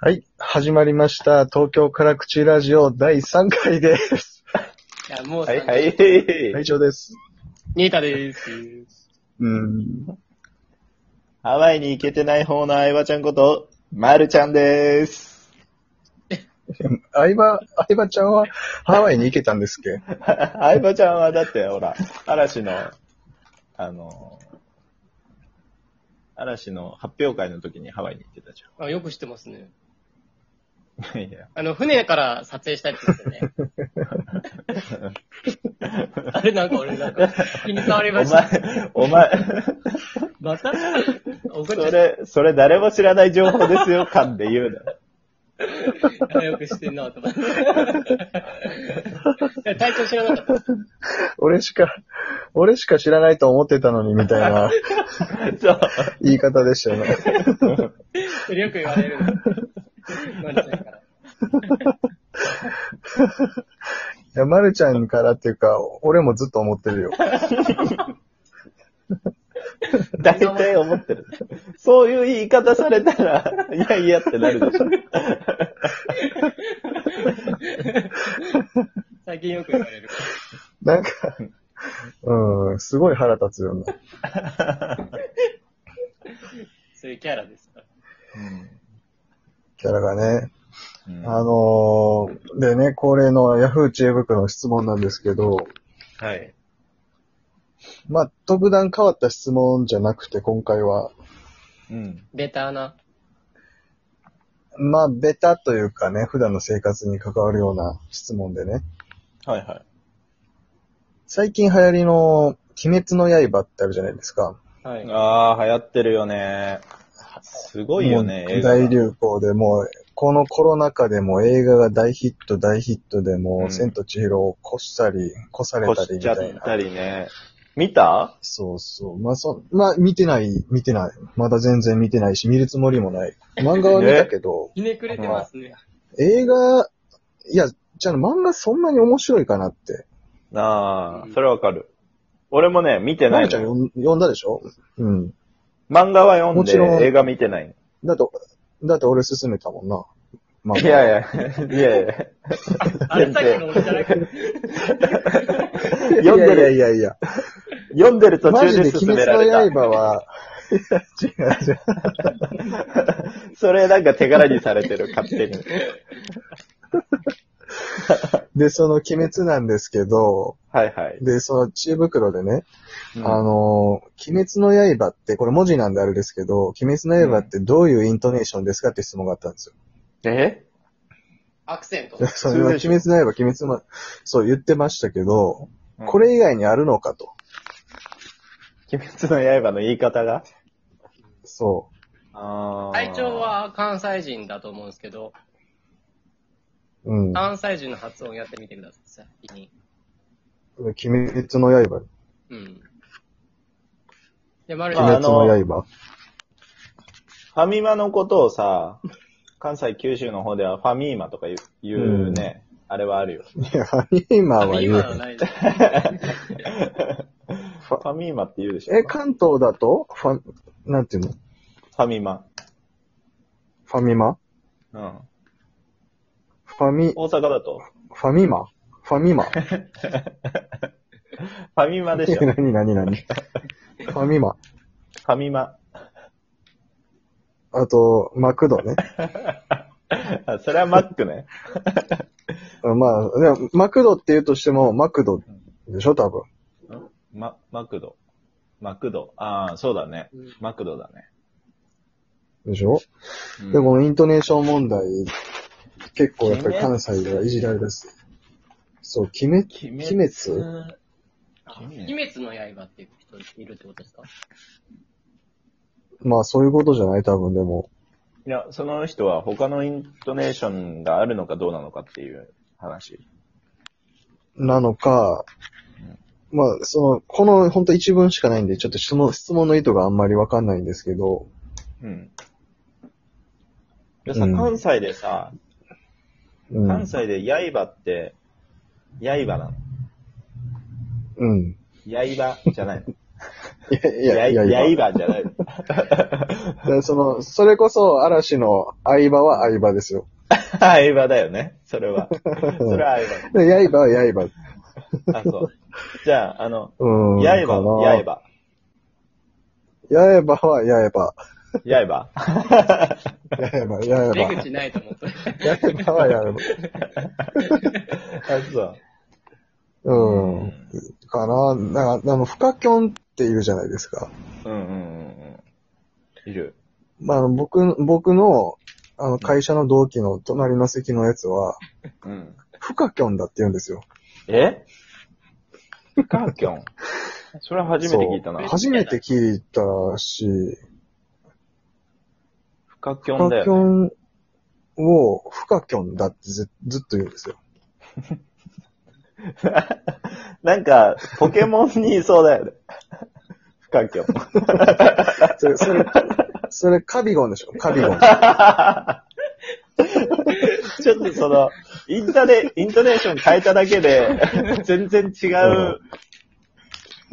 はい。始まりました。東京辛口ラジオ第3回です。いや、もうさ、はいはい。以上です。ニータです。うん。ハワイに行けてない方の相葉ちゃんこと、まるちゃんです。 相葉、相葉ちゃんはハワイに行けたんですっけ 相葉ちゃんはだって、ほら、嵐の、あの、嵐の発表会の時にハワイに行ってたじあよく知ってますね。ゃん。いや、あの、船から撮影したやつです よね。あれなんか俺なんか気に障りました。お前、お前、また怒っちゃそっれ、それ誰も知らない情報ですよ、感で言うな。た。あよく知ってんなと思って。いや体調知らなかっ俺しか、俺しか知らないと思ってたのにみたい なそう。言い方でしたよね。た。それよく言わ れる。マリちゃんかいら。や、まるちゃんからっていうか、俺もずっと思ってるよ。大体思ってる。そういう言い方されたら、いやいやってなるでしょ。最近よく言われる。なん か、うん、すごい腹立つよね。そういうキャラですから。キャラがね。うんあのー、でね、恒例のヤフー知恵袋の質問なんですけど、はい。まあ、特段変わった質問じゃなくて、今回は。うん。ベターな。まあ、ベタというかね、普段の生活に関わるような質問でね。はいはい。最近流行りの、鬼滅の刃ってあるじゃないですか。はい。ああ、流行ってるよね。すごいよね、もう映画が。大流行でもう、このコロナ禍でも映画が大ヒット大ヒットでもう、うん千と千尋を越したり、越され越たりしみちゃたっいな。たりね。見たそうそう。まあ、そ、まあ、見てない、見てない。まだ全然見てないし、見るつもりもない。漫画は見たけど、ひねくれてますね。映画、いや、じゃあ漫画そんなに面白いかなって。うああん、それわかる。俺もね、見てまないるちゃんの。読ん読んだでしょうん。漫画は読んもちろんで、映画見てないだって、だって俺勧めたもんな。まの。いやい や、いやいや。あれさっきの俺じゃなくて、読んでいやる、いやいやいや。読んでる途マ中ジでで進鬼め滅られの刃た。は、いや、違う違う。それなんか手柄にされてる、勝手に。で、その鬼滅なんですけど、はいはい。で、その知恵袋でね、うんあの、鬼滅の刃って、これ文字なんであれですけど、鬼滅の刃ってどういうイントネーションですかって質問があったんですよ。えアクセント。それは鬼滅の刃、鬼滅の、そう言ってましたけど、うんこれ以外にあるのかと。鬼滅の刃の言い方がそああ。体調は関西人だと思うんですけど、う。うん。鬼関西人の発音やってみてください。先に滅の刃、うん。で、まるちゃ鬼ん、滅の刃。ファミマのことをさ、関西九州の方ではファミーマとか言う言うね、あれはあるよ。いや、ファミマは言今うはないです。ファミーマって言うでしょえ、関東だとファ、なんていうのファミマ。ファミマうん。ファミ、大阪だとファミマファミマファミマでし ょフ何何何ファミマ。ァミマ。あと、マクドね。あそれはマックね。まあ、でもマクドって言うとしても、マクドでしょ多分。マ、マクド。マクド。ああ、そうだねうん。マクドだね。でしょ、うんで、このイントネーション問題、結構やっぱり関西ではいじられです。そう、鬼滅、鬼鬼あ鬼滅の刃っていう人いるってことですかまあそういうことじゃない多分でも。いや、その人は他のイントネーションがあるのかどうなのかっていう話。なのか、まあその、この本当一文しかないんで、ちょっとその質問の意図があんまりわかんないんですけど、うん。いやさ、うん関西でさ、うん。関西で刃って、刃なのうん。刃じゃないのいやい やや、いやいや、刃じゃないのからその、それこそ嵐の相場は相場ですよ。相場だよね。それは。それはで刃は刃。相場。あ、そう。じゃあ、あの、うん。刃、かな。刃、刃は刃。 刃。刃、出刃。口ないと思った。刃は刃。あ、そう。うん。かな。なんか、あの、フカキョンっていうじゃないですか。うんうんうんうん。いる。まあ、あの、僕、僕の、あの、会社の同期の隣の席のやつは、うん。フカキョンだって言うんですよ。えカーキョン。それは初めて聞いたそなう。初めて聞いたし、フカキフョンだカキよ、ね。ョンをフカキョンだってずずっと言うんですよ。なんか、ポケモンにいそうだよね。フカキョン。それ、そ れ、それカビゴンでしょカビゴン。 ちょっとその、インタで、イントネーション変えただけ で、全然違う、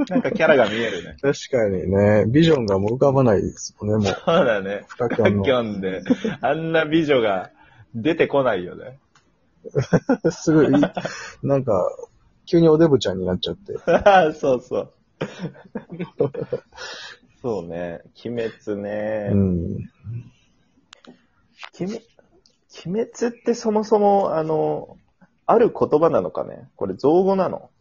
なんかキャラが見えるね。確かにね、ビジョンがもう浮かばないですもんね、もう。そうだね。フカキカョンキョンで、あんな美女が出てこないよね。 の。すごい、なんか、急におデブちゃんになっちゃって。そう そう。そうね。鬼滅ね。うん。鬼滅鬼滅ってそもそも、あの、ある言葉なのかねこれ造語なの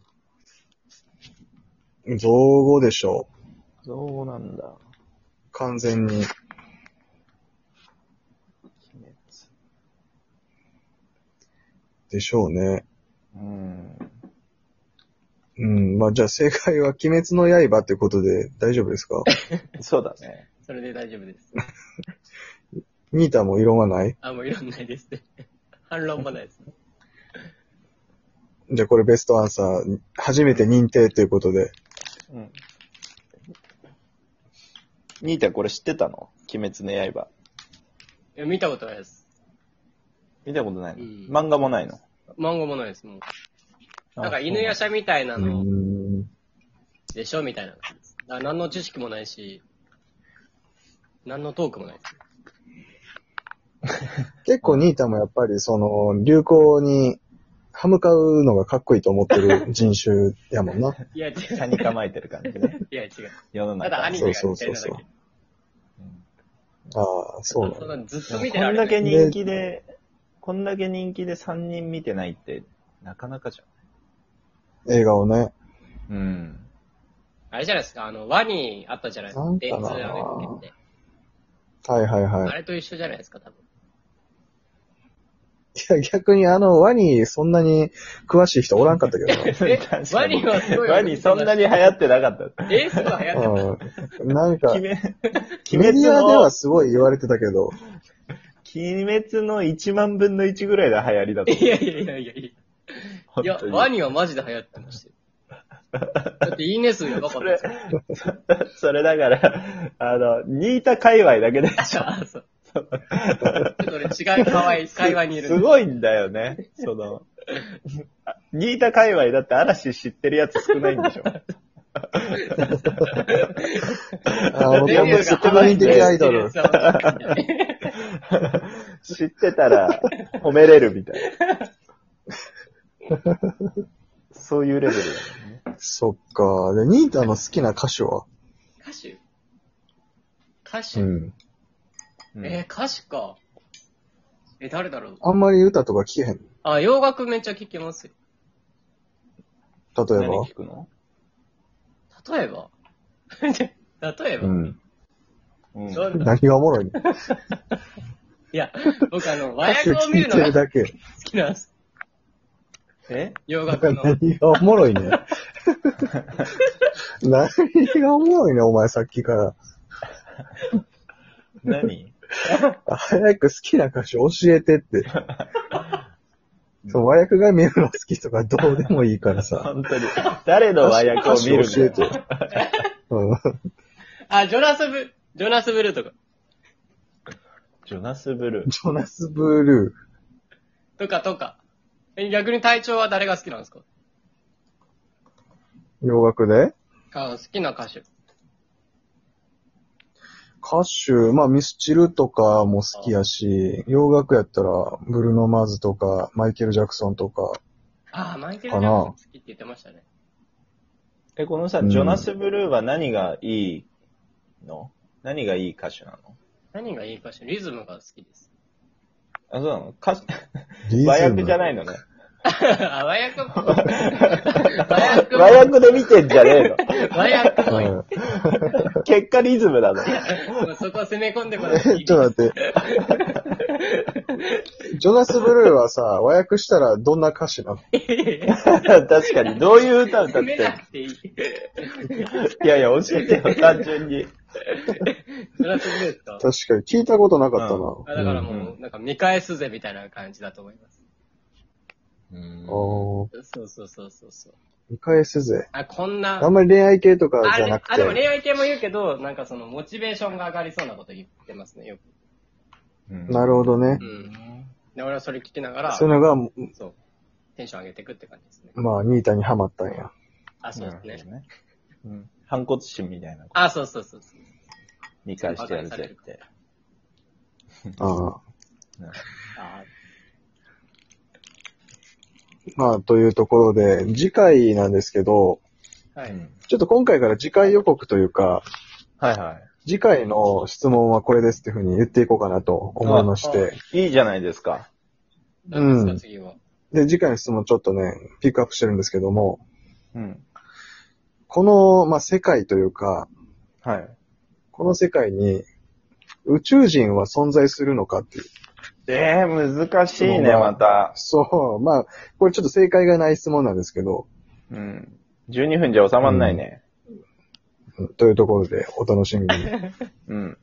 造語でしょう。造語なんだ。完全に。鬼滅。でしょうね。うん。うん。まあ、じゃあ正解は鬼滅の刃ってことで大丈夫です かそうだね。 それで大丈夫です。ニータも異論はないあ、もういろんないですね。 反論もないですね。じゃあこれベストアンサー、初めて認定ということで。うん。ニータこれ知ってたの鬼滅の刃。いや、見たことないです。見たことないの、うん漫画もないの漫画もないです、もう。なんかあ犬やしゃみたいなうのん。でしょみたいなのです。だから何の知識もないし、何のトークもないです。結構ニータもやっぱりその、流行に歯向かうのがかっこいいと思ってる人種やもん な。いや、違う。そうなんだ。蚊に構えてる感 じね。いや、違う。世のた中。だアニメがみたそいなだけ。うそうそうああ、そうなんだそんなずっと見てこらんれなだい。け人気で、こんだけ人気で3人見てないって、なかなかじ映画をね。ゃん。うん。あれじゃないですか、あの、ワニあったじゃないですかなん。か電な通あのって。はいはいあはい。れと一緒じゃないですか、多分。いや、逆にあの、ワニ、そんなに詳しい人おらんかったけどな。え 確かにワニはすごい。ワニそんなに流行ってな かった。えー、すごい流行って た。うん。なんか、メ鬼デ滅鬼滅ィアでのは、すごい言われてたけど、鬼滅の1万分の1ぐらいで流行りだといやいやいやいやいや。いや、本当にワニはマジで流行ってましたよ。だって、いいね数やばかったですよ。思う。 それだから、あの、ニータ界隈だけでしょ。あ、そう。ちょっと俺違う可愛い会話にいるすんで。ごいんだよね。その、あニータ界隈だって嵐知ってるやつ少ないんでしょ。あの、デビューが国民的アイド ル。そう知ってたら褒めれるみたいな。そういうレベルだよね。そっか。で、ニータの好きな歌手は歌手歌手、うん。えー、歌手か。え、誰だろうあんまり歌とか聞けへん。あ、洋楽めっちゃ聴きますよ。例え何ば。聞くの例えば 例えば、ん。うんど んな何がおもろいのいや、僕あの、和歌手訳を見聞いるのてるが好だけ。きなんです。え洋楽の。何がおもろいね。何がおもろいね、お前さっきから。何早く好きな歌手教えてって。そう、和訳が見るの好きとかどうでもいいからさ。本当に。誰の和訳を見る歌手教えんてだよ。よ。うんあ、ジョナスブ、ジョナスブルーとか、ジョナス・ブルー。ジョナス・ブルとかとか。え逆に隊長は誰が好きなんですかー、洋楽であ好きな歌手。歌手、まあミスチルとかも好きやし、洋楽やったらブルーノ・マーズとかマイケル・ジャクソンとか、ああ、マイケル・ジャクソン好きって言ってましたね。え、このさ、うんジョナス・ブルーは何がいいの何がいい歌手なの何がいいかしらリズムが好きです。 あ、そうなの歌手、リズム和訳じゃないのね。あ、和訳っぽい。和訳和訳で見てんじゃね え和訳っぽい。うの。結果リズムなの。 もうそこは攻め込んでこないん ちょっと待って。ジョナス・ブルーはさ、和訳したらどんな歌手なの確かに、どういう歌歌っ攻め てんのなくていい。ジいやいや、教えてよ、単純に。ョナス・ブルーです確かかに聞いたことなかったな。あだからもう、うなんか見返すぜみたいな感じだと思います。うんおーそうそうそうそうそう。見返すぜ。あ、こんな。あんまり恋愛系とかあじゃなくあ、でもて。恋愛系も言うけど、なんかそのモチベーションが上がりそうなこと言ってますね、よく。なるほどねう。ん。で、俺はそれ聞きながら、そういうのが、そう。テンション上げていくって感じですね。まあ、ニータにハマったんや。あ、そうですなねるほ。どね。うん反骨心みたいなことあ、そうそうそうそう。見返してやるぜって。ああ。あまあ、というところで、次回なんですけど、はうい。んちょっと今回から次回予告というか、はいは次回の質問はこれですっていうふうに言っていこうかなと思いましああて、い。いいじゃないですか。どうですうか、ん次は。で、次回の質問ちょっとね、ピックアップしてるんですけども、うん。この、まあ、世界というか、はい。この世界に宇宙人は存在するのかっていう。ええ難しいね、また。そう、まあ、これちょっと正解がない質問なんですけど、うん。12分じゃ収まんないね。うんというところでお楽しみに。うん。